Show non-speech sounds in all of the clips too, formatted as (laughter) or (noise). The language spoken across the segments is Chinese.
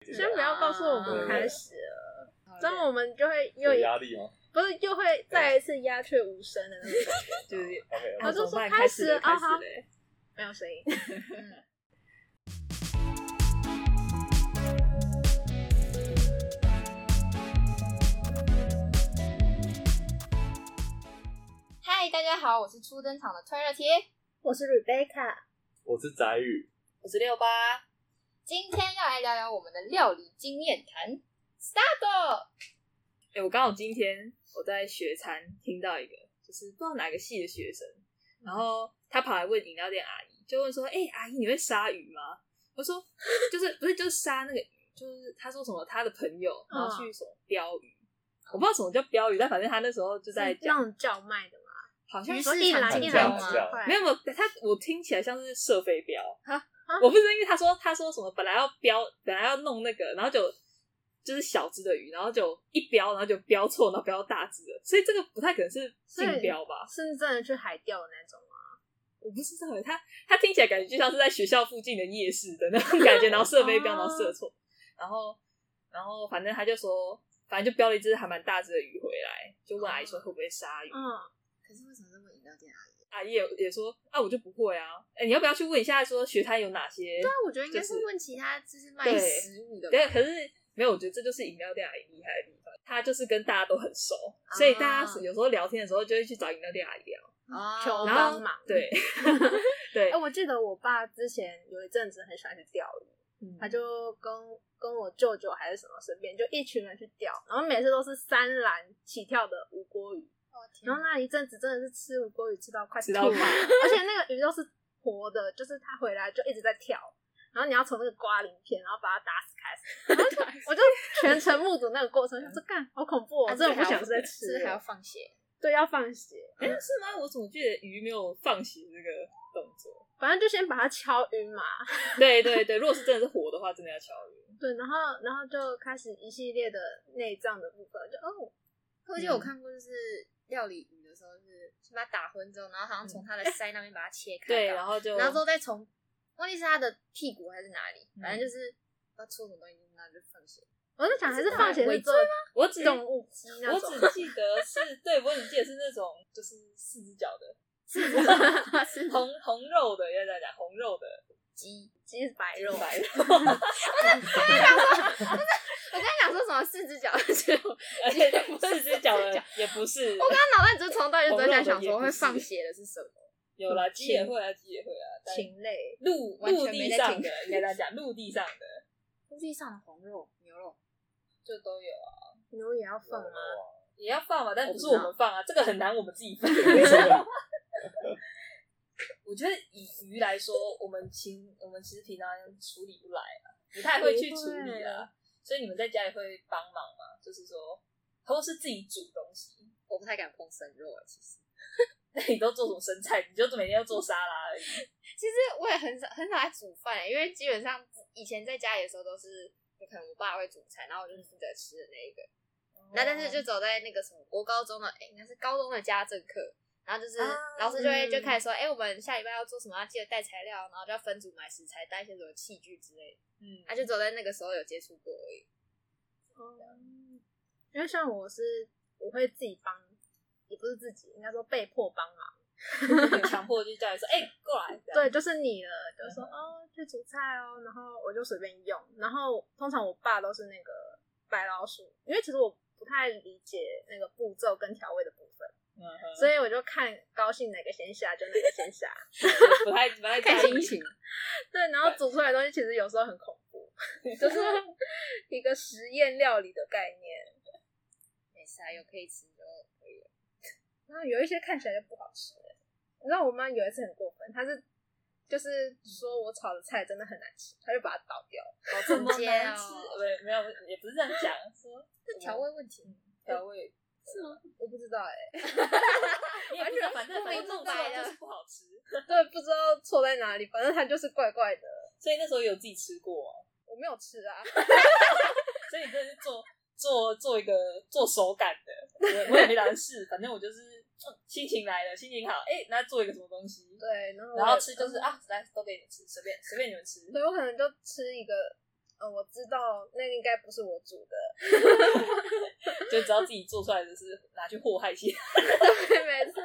先不啊要告诉我们开始了，这样我们就会又有压力吗不是又会再一次鸦雀无声的那种，就是？OK，我就说怎么办开开始始了啊开哈始嘞。没有声音。嗨，大家好，我是初登场的推热贴。 (laughs) 我是 Rebecca，我是宅宇，我是六八，今天要来聊聊我们的料理经验谈。Start！哎，我刚好今天我在学餐听到一个，就是不知道哪个系的学生，嗯然后他跑来问饮料店阿姨，就问说：“哎、阿姨，你会杀鱼吗？”我说：“就是不是就是杀那个鱼，就是他说什么他的朋友，嗯然后去什么鲷鱼，我不知道什么叫鲷鱼，但反正他那时候就在是那讲，种叫卖的嘛，好像鱼说市一场来上一这来样五这样块，没有没有，他我听起来像是射飞镖啊我不知道，因为他说他说什么本来要标，本来要弄那个，然后就就是小只的鱼，然后就一标，然后就标错，然后标到大只的，所以这个不太可能是竞标吧？是真的去海钓的那种啊吗？我不知道耶，他他听起来感觉就像是在学校附近的夜市的那种感觉，然后射飞镖，然后射错，然后然后反正他就说，反正就标了一只还蛮大只的鱼回来，就问阿姨说会不会杀鱼，嗯，可是为什么这么饮料店啊？阿姨也也说啊我就不会啊，哎、你要不要去问一下说学摊有哪些？那我觉得应该是问其他就是卖对食物的吧。对，可是没有，我觉得这就是饮料店阿姨厉害的地方，她就是跟大家都很熟，所以大家有时候聊天的时候就会去找饮料店阿姨聊。啊求然帮后忙。对对哎，，我记得我爸之前有一阵子很喜欢去钓鱼，嗯他就跟跟我舅舅还是什么身边，就一群人去钓，然后每次都是三篮起跳的无锅鱼，我天然后那一阵子真的是吃无锅鱼吃到快吃到吐怕而且那个鱼都是活的，就是它回来就一直在跳，然后你要从那个瓜鳞片，然后把它打死开始，然后就我就全程目睹那个过程，想说干好恐怖哦，啊我真的不这个还要想再吃是不是还要了，放血？对，要放血， (laughs) 哎、是吗？我怎么记得鱼没有放血这个动作？反正就先把它敲晕嘛，对对对，如果是真的是活的话，真的要敲鱼。对，然后然后就开始一系列的内脏的部分，就哦，我记得我看过，就是料理鱼的时候，就是先把它打昏之后，然后好像从它的鳃那边把它切开吧，对，然后就然后之后再从，忘记是它的屁股还是哪里，嗯反正就是不知道出什么东西，那就放血。我在想还是放血尾是做我只动物鸡那我种只，记得是对，我只记得是那种就是四只脚的，是红红肉的，要这样讲，红肉的鸡。鸡是白肉， (laughs) 白肉，我刚才想说什么四只脚，结果而且 (laughs) 四只脚的也不是。我刚刚脑袋只是从到就在想说会放血的是什么？有啦，鸡也会啊，鸡也会啊，但禽类，陆完全陆地没在上听的，应该这样讲，陆地上的地上的红肉、牛肉，就都有啊，牛也要放吗？也要放嘛，但我不不是知我道们放啊，这个很难我们自己 (laughs) 放。我觉得以鱼来说，我们其我们其实平常处理不来啊，不太会去处理啊，所以你们在家里会帮忙吗？就是说，或是自己煮东西，我不太敢碰生肉啊。其实，那欸 (laughs) 你都做什么生菜？你就每天要做沙拉而已。其实我也很少很少在煮饭、欸因为基本上以前在家里的时候都是，就可能我爸会煮菜，然后我就是负责吃的那一个。那但是就走在那个什么国高中的，哎、应该是高中的家政课，然后就是啊老师就会嗯就开始说，哎、我们下礼拜要做什么，要啊记得带材料，然后就要分组买食材，带一些什么器具之类的。嗯，他就走在那个时候有接触过而已。哦，因为像我是我会自己帮，也不是自己，应该说被迫帮忙。就强迫就叫你说，哎、过来。这样对，就是你了，就说哦去煮菜哦，然后我就随便用。然后通常我爸都是那个白老鼠，因为其实我不太理解那个步骤跟调味的部分，嗯哼所以我就看高兴哪个先下就哪个先下。 (laughs) 不太不太看在意心情，对，然后煮出来的东西其实有时候很恐怖，就是一个实验料理的概念。没事啊，有可以吃就可以了。然后有一些看起来就不好吃。欸你知道我妈有一次很过分，她是就是说我炒的菜真的很难吃，她就把它倒掉。 (laughs) 哦，这么直接难哦吃，没没有，也不是这样讲，说这调味问题，调味，是吗？我不知道哎、 (laughs) 你也不知道，反正反正弄出来就是不好吃，对，不知道错在哪里，反正它就是怪怪的。所以那时候有自己吃过啊，我没有吃 (laughs) 啊，所以你真的是做做做一个做手感的，我我也没打算试，反正我就是嗯心情来了，心情好，哎，那做一个什么东西，对，然后我嗯然后吃就是，啊，来都给你们吃，随便随便你们吃，对我可能就吃一个嗯，我知道那个应该不是我煮的， (laughs) 就只要自己做出来的是拿去祸害其他。对，没错。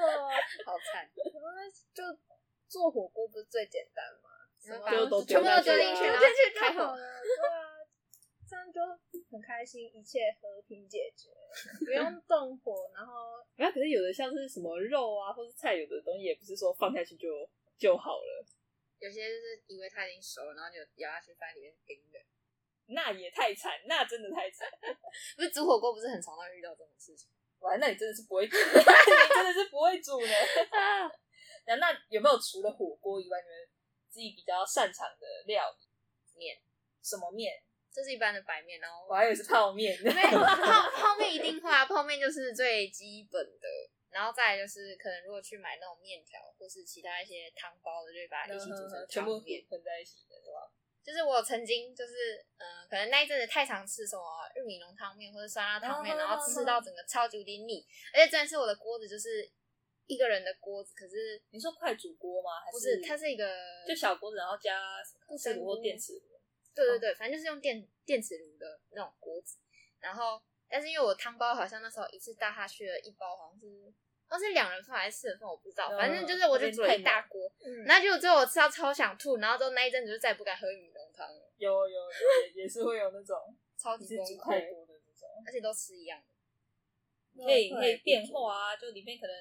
好惨，我们就做火锅不是最简单吗？然什么后把嗯就都全部都丢丢进进去去，然丢后进去就开好了。火。对啊，这样就很开心，一切和平解决，不 (laughs) 用动火，然后那啊可是有的像是什么肉啊，或是菜，有的东西也不是说放下去就就好了，有些就是以为它已经熟了，然后就咬下去，发现里面是冰的。那也太惨，那真的太惨。不是煮火锅，不是很常会遇到这种事情。哇，那你真的是不会煮， (laughs) 你真的是不会煮呢。啊那那有没有除了火锅以外，你们自己比较擅长的料理？面什么面？这是一般的白面，然后我还以为是泡面呢。 (laughs) 没有泡泡面一定会啊，泡面就是最基本的。然后再来就是，可能如果去买那种面条或是其他一些汤包的，就会把它一起煮成哦全汤部面。混在一起的，对吧？就是我曾经就是嗯、呃可能那一阵子太常吃什么玉米浓汤面或者酸辣汤面，哦然后吃到整个超级无敌腻，而且真的是我的锅子就是一个人的锅子，可是你说快煮锅吗？还不是它它是一个就小锅子，然后加不粘是锅锅电磁炉？对对对，反正就是用电电磁炉的那种锅子，然后但是因为我汤包好像那时候一次搭下去了一包，好像是。那是两人份还是四人份，我不知道。嗯反正就是，我就煮了一大锅，嗯，然后结果最后我吃到超想吐，然后之后那一阵子就再也不敢喝玉米浓汤了，有有有，也也是会有那种 (laughs) 超你级是崩煮溃嗯太，多的那种。而且都吃一样的。可以可以变化啊，就里面可能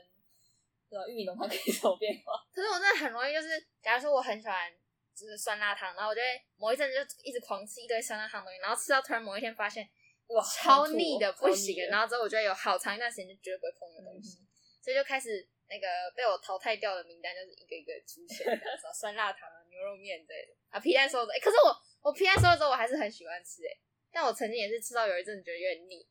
对吧？玉米浓汤可以怎么变化？可是我真的很容易就是，假如说我很喜欢就是酸辣汤，然后我就会某一阵子就一直狂吃一堆酸辣汤的东西，然后吃到突然某一天发现哇，超腻的嗯不行了，然然后后之后我就会有好长一段时间就绝对不会碰那个东西，所以就开始那个被我淘汰掉的名单就是一个一个出现，这样子酸辣汤啊、牛肉面之类的啊、皮蛋瘦肉粥。哎、可是我我皮蛋瘦肉粥我还是很喜欢吃哎、但我曾经也是吃到有一阵子觉得有点腻，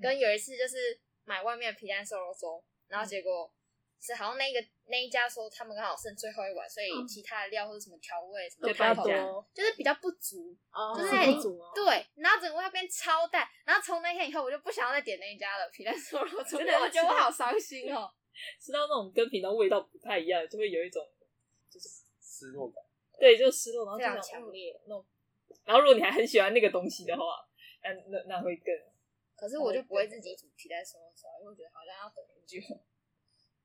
跟有一次就是买外面的皮蛋瘦肉粥，然后结果是好像那个那一家说他们刚好剩最后一碗，所以其他的料或者什么调味什么就的比较太多就是比较不足，哦，就是自己煮哦，对，然后整个味道变超淡，然后从那天以后我就不想要再点那一家了，皮蛋瘦肉粥，真的我觉得我好伤心哦。吃到那种跟平常味道不太一样，就会有一种失落感。对，就失落，然后非就常想哦强烈那种。然后如果你还很喜欢那个东西的话，那那那会更可是我就不会自己煮皮蛋瘦肉粥，因为我觉得好像要等很久。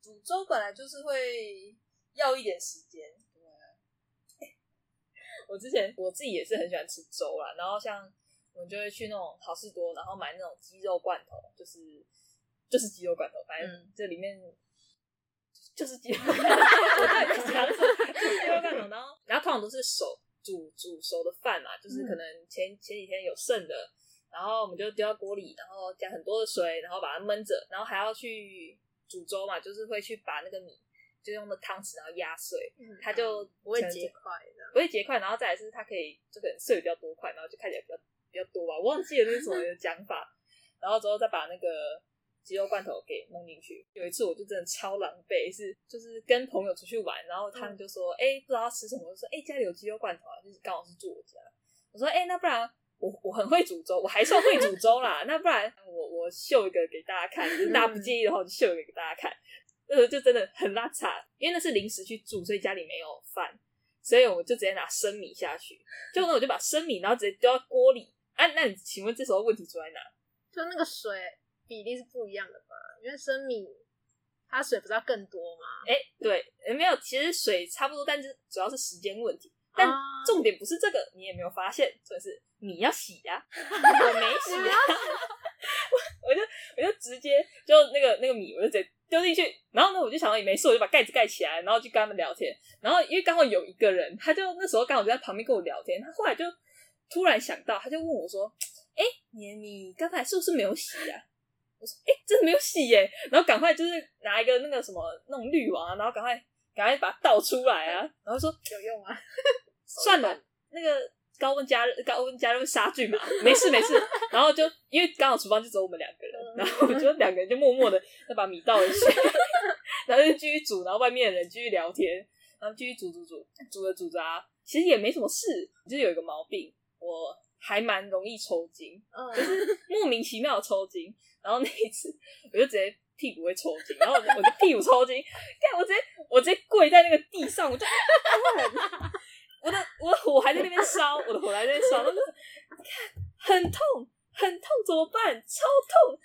煮粥本来就是会要一点时间。啊我之前我自己也是很喜欢吃粥啦，然后像我们就会去那种好事多，然后买那种鸡肉罐头，就是就是鸡肉罐头，反正嗯这里面、就是 (laughs) 鸡肉罐头，我到底在讲什么就是鸡肉罐头，(laughs) 然后然后通常都是熟煮煮熟的饭嘛，就是可能前前几天有剩的，然后我们就丢到锅里，然后加很多的水，然后把它焖着，然后还要去煮粥嘛，就是会去把那个米就用的汤匙然后压碎，嗯它就不会成结块的。不会结块，然后再来是它可以就可能碎的比较多块，然后就看起来比较比较多吧，我忘记了那是什么的讲法，然后之后再把那个鸡肉罐头给弄进去。有一次我就真的超狼狈，是就是跟朋友出去玩，然后他们就说，哎、不知道要吃什么，我就说，哎、家里有鸡肉罐头啊，就是刚好是住我家，我说，哎、那不然。我我很会煮粥，我还算会煮粥啦。那不然我我秀一个给大家看，就是大家不介意的话，我就秀一个给大家看。那时候就真的很拉碴，因为那是临时去住，所以家里没有饭，所以我就直接拿生米下去。就呢，我就把生米，然后直接丢到锅里。啊，那你请问这时候问题出在哪？就那个水比例是不一样的吧？因为生米它水不是要更多吗？哎、对，呃没有，其实水差不多，但是主要是时间问题。但啊重点不是这个，你也没有发现，就是你要洗呀、 (laughs) 我没洗、 (laughs) 啊，我我就我就直接就那个那个米，我就直接丢进去，然后呢，我就想到也没事，我就把盖子盖起来，然后就跟他们聊天。然后因为刚好有一个人，他就那时候刚好就在旁边跟我聊天，他后来就突然想到，他就问我说：“哎、你你刚才是不是没有洗啊？”我说：“哎、真的没有洗耶、然后赶快就是拿一个那个什么那种滤网啊，然后赶快赶快把它倒出来啊，然后说有用吗？算了，那个高温加热高温加热杀菌嘛，没事没事。然后就因为刚好厨房就只有我们两个人，然后我们就两个人就默默的再把米倒回去， (laughs) 然后就继续煮，然后外面的人继续聊天，然后继续煮煮煮，煮着煮着啊，其实也没什么事，就是有一个毛病，我还蛮容易抽筋。嗯，莫名其妙的抽筋，然后那一次 (laughs) 我就直接屁股会抽筋，然后我就我就屁股抽筋，看我直接我直接跪在那个地上，我就我的我的火还在那边烧，我的火还在那边烧，然后就很痛，很痛，怎么办？超痛！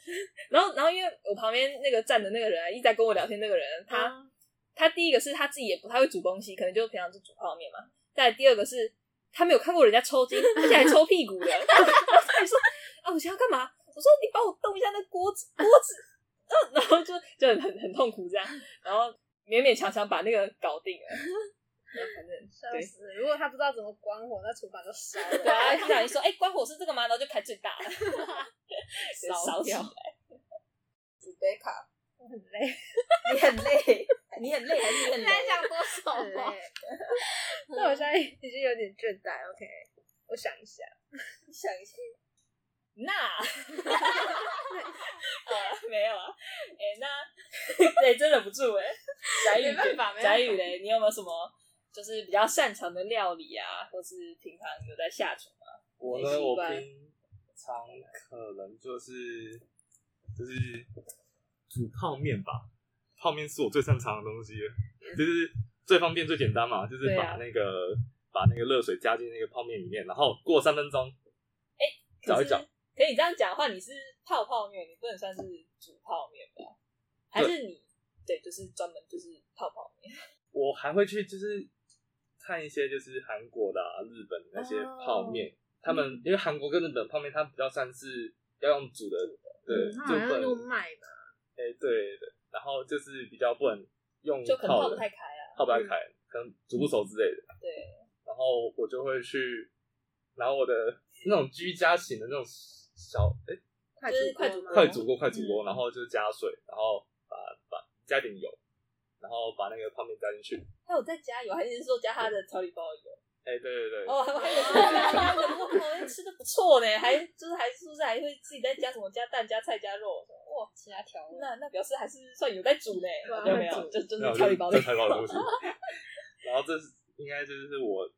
然后，然后因为我旁边那个站的那个人，一直在跟我聊天，那个人他、嗯他第一个是他自己也不太会煮东西，可能就平常就煮泡面嘛。再来第二个是他没有看过人家抽筋，而且还抽屁 (laughs) 股的。然后他还说啊，我想要干嘛？我说你帮我动一下那锅子，锅子，嗯然后就就很很很痛苦这样，然后勉勉强强把那个搞定了。然后反正笑对，死！如果他不知道怎么关火，那厨房就烧对了。 (laughs) 啊，不小心说，哎、关火是这个吗？然后就开 (laughs) 最大了，烧烧起来掉。紫贝卡，我很累，你很累，你很累还是你很在累？想多少很吗？ (laughs) 累。那我现在已经有点倦怠，OK。我想一下，想一下， (laughs) 那，呃，没有啊，哎、那， (laughs) 对，真忍不住哎、翟宇没办法没办法翟宇嘞，你有没有什么就是比较擅长的料理啊，或是平常有在下厨吗？我没呢，习我惯平常可能就是就是煮泡面吧，泡面是我最擅长的东西了，就是最方便最简单嘛，就是对啊把那个、把那个热水加进那个泡面里面，然后过三分钟，哎搅一搅可，是。可以这样讲的话，你是泡泡面，你不能算是煮泡面吧？还是你对，就是专门就是泡泡面？我还会去就是看一些就是韩国的、啊、日本的那些哦泡面，他们、哦因为韩国跟日本泡面，它比较算是要用煮的，对，他就嗯好不像能啊用麦吧，哎、对的，然后就是比较不能用就可能泡的不太开啊。泡不太开，可能煮不熟之类的。对，然后我就会去拿我的那种居家型的那种小哎、快就是快煮煮吗快煮锅快煮嗯锅，然后就加水，然后把把加点油，然后把那个泡面加进去。他有在加油，还是说加他的调理包油？哎、对对 (laughs) 对，哦，我还以为他的我口吃的不错呢，还就是还是不是还会自己再加什么加蛋加菜加肉？哇，其他调味。那那表示还是算有在煮呢，对啊有没有在？煮就就是那我就调理包的就调理包的东西。 (laughs) 然后这是应该就是我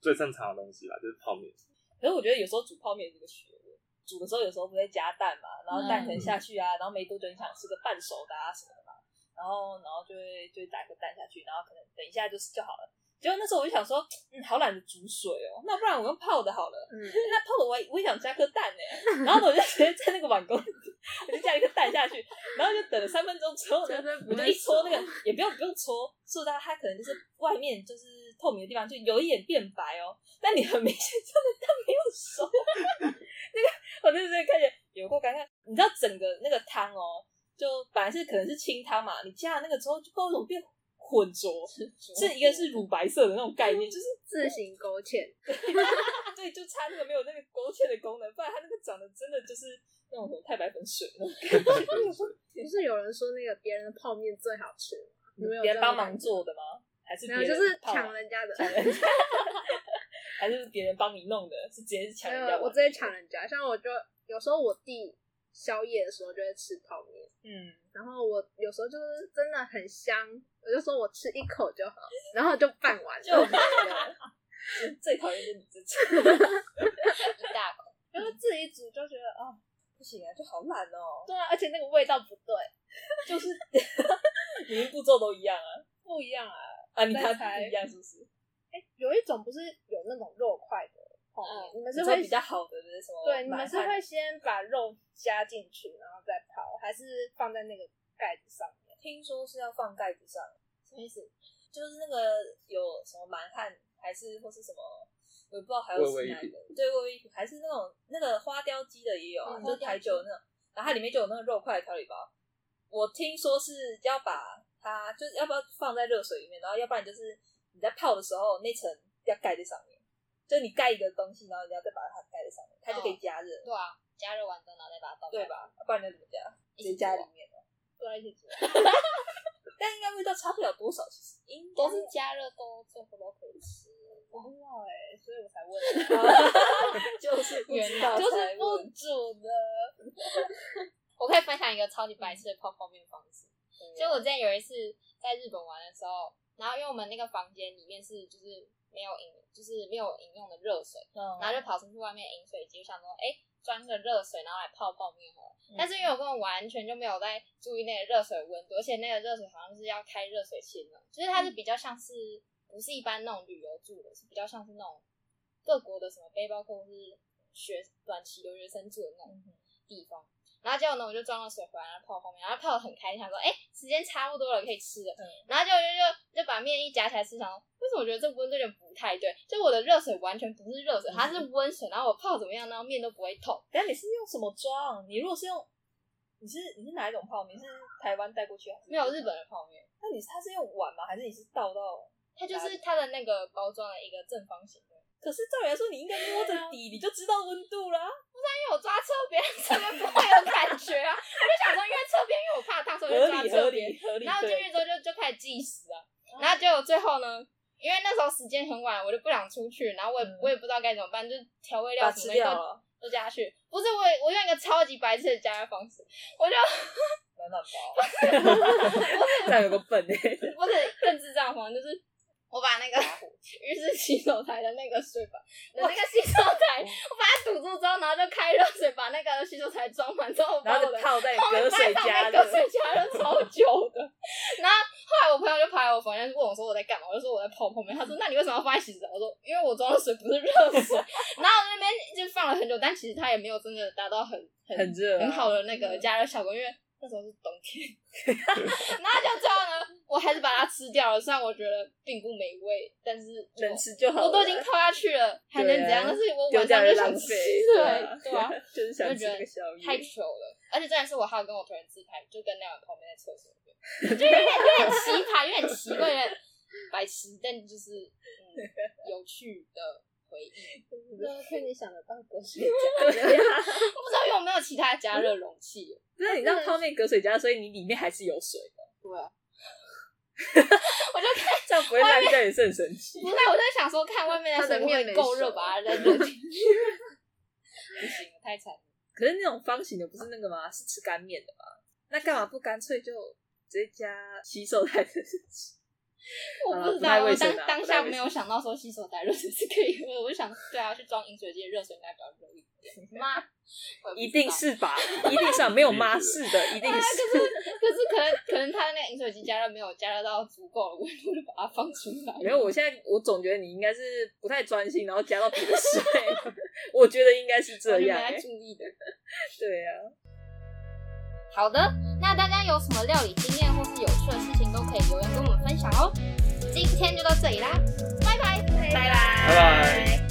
最擅长的东西啦，就是泡面。可是我觉得有时候煮泡面也是个学问，煮的时候有时候不会加蛋嘛，然后嗯蛋可能下去啊，然后没多久你想吃个半熟的啊什么的嘛，然后然后就会就会打个蛋下去，然后可能等一下就是就好了。结果那时候我就想说，嗯，好懒得煮水哦，那不然我用泡的好了。嗯 (laughs) 那泡的我也我也想加颗蛋哎、然后呢我就直接在那个碗公，我就加一颗蛋下去，然后就等了三分钟之后呢绝对，不我会哦就一搓那个，也不用不用搓，塑料它可能就是外面就是透明的地方就有一点变白哦，但你很明显真的它没有熟，那个我那时候看见有够尴尬，你知道整个那个汤哦，就本来是可能是清汤嘛，你加了那个之后就不知道怎么变混浊，是一个是乳白色的那种概念，就是。自行勾芡，对，就差那个没有那个勾芡的功能，不然它那个长得真的就是那种什么太白粉水那种感不是有人说那个别人的泡面最好吃吗？你们觉，有别这样人帮的忙感觉做的吗？还是没有，别人就是泡抢完人家的。抢人家，还是别人帮你弄的？是直接是抢没人家有，玩？我直接抢人家。像我就有时候我弟宵夜的时候就会吃泡面，嗯，然后我有时候就是真的很香，我就说我吃一口就好，然后就半碗就没了。就是最讨厌就是你 (laughs) 自己，一大口，然后自己煮就觉得哦，不行啊，就好懒哦，对啊，而且那个味道不对，就是你们步骤都一样啊不一样啊。啊，你那他才不一样是不是？哎，有一种不是有那种肉块的泡面，你们是嗯你说会比较好的那什么对，你满们是汉会先把肉加进去，然后再泡，还是放在那个盖子上面？听说是要放盖子上，什么意思？就是那个有什么蛮汉，还是或是什么，我也不知道还有味是味一哪一体个，对，微微一体还是那种那个花雕鸡的也有啊，嗯就是台酒的那种，然后它里面就有那个肉块的调理包。我听说是要把它，就是要不要放在热水里面，然后要不然就是你在泡的时候那层要盖在上面，就你盖一个东西，然后你要再把它盖在上面，它就可以加热，对啊，加热完之后，然后再把它倒对吧？吧？不然你要怎么加？直接加里面了，对啊，一起煮。但应该味道差不了多少，其实应该都是加热都最后都可以吃。我不知道欸哎、所以我才问。 (laughs) 就是不知道才问，就是不煮的。 (laughs) 我可以分享一个超级白痴的泡泡面方式。就我之前有一次在日本玩的时候，然后因为我们那个房间里面是就是没有饮，就是没有饮用的热水，嗯然后就跑出去外面饮水机，就想说，哎、装个热水，然后来泡泡面好了。嗯但是因为我根本完全就没有在注意那个热水的温度，而且那个热水好像是要开热水器那种，就是它是比较像是不是一般那种旅游住的，是比较像是那种各国的什么背包客或是学短期留学生住的那种地方。然后结果呢，我就装了水回来，然后泡泡面，然后泡的很开心，想说，哎、时间差不多了，可以吃了。然后结果就就就把面一夹起来吃，想说为什么我觉得这温度有点不太对？就我的热水完全不是热水，它是温水，然后我泡怎么样，然后面都不会透。等一下你是用什么装？你如果是用，你是你是哪一种泡面？你是台湾带过去还是没有日本？的泡面，那你是它是用碗吗？还是你是倒到？它就是它的那个包装的一个正方形的。可是照理来说，你应该摸着底，你就知道温度啦。因为我抓侧边，侧边不会有感觉啊。我就想说，因为侧边，因为我怕烫，所啊以我就抓侧边。合嗯然后进去之后就就开始计时啊，然后结果最后呢，因为那时候时间很晚，我就不想出去，然后我也、嗯我也不知道该怎么办，就是调味料把它什吃么的掉啊都了，都加下去。不是我我用一个超级白痴的加热方式，我就暖暖包，啊 (laughs) 这样有个笨哎、不是更智障的方法，就是我把那个浴室洗手台的那个水 (laughs) 把，那个洗手台，我把它堵住之后，然后就开热水把那个洗手台装满之后，我把然后我就的泡在后面隔水放加在热隔，水加热超久的。然后后来我朋友就跑来我房间问我说我在干嘛，我就说我在泡泡面。他说那你为什么要放在洗手台？我说因为我装的水不是热水。 (laughs) 然后那边就放了很久，但其实它也没有真的达到很很很热、啊很好。的那个加热效果，因为那时候是冬 (laughs) 天。然后就最后呢，我还是把它吃掉了，虽然我觉得并不美味，但是就能吃就好了，我都已经泡下去了，还能对啊怎样？但是我丢晚掉上就了想浪吃费，了，对啊。， (laughs) 就是想吃那个宵夜， (laughs) 太糗了，而且真的是我还有跟我朋友自拍，就跟那碗泡面在厕所里面，就有点有点奇葩，有点奇怪，有点白痴，但就是 (laughs) 嗯有趣的回 (laughs) 忆。那看你想得到多 (laughs) 少。 (laughs) 不知道有没有其他加热容器？不是你让泡面隔水加热，所以你里面还是有水的，对 (laughs) 啊，这样不会烂掉也是很神奇。不是啊，我在想说看外面的水会不会够热，啊把它扔进去。 (laughs) 不行，我太惨了。可是那种方形的不是那个吗？是吃干面的吗？那干嘛不干脆就直接加洗手台的？ (laughs) 我不知好啦不太道，我卫生当啊当不太下卫生没有想到说洗手台热水是可以喝的，我就想对啊，去装饮水机的热水应该比较热一点妈，我也不知道一定是吧？一定是啊，没有吗？是的，一定啊，是。可是可是可能可能他的那个饮水机加热没有加热到足够的温度，就把它放出来。没有，我现在我总觉得你应该是不太专心，然后加到别的水， (laughs) 我觉得应该是这我就没样、在欸。注意的。对啊，好的，那大家有什么料理经验或是有趣的事情，都可以留言跟我们分享哦。今天就到这里啦，拜拜，拜拜，拜拜。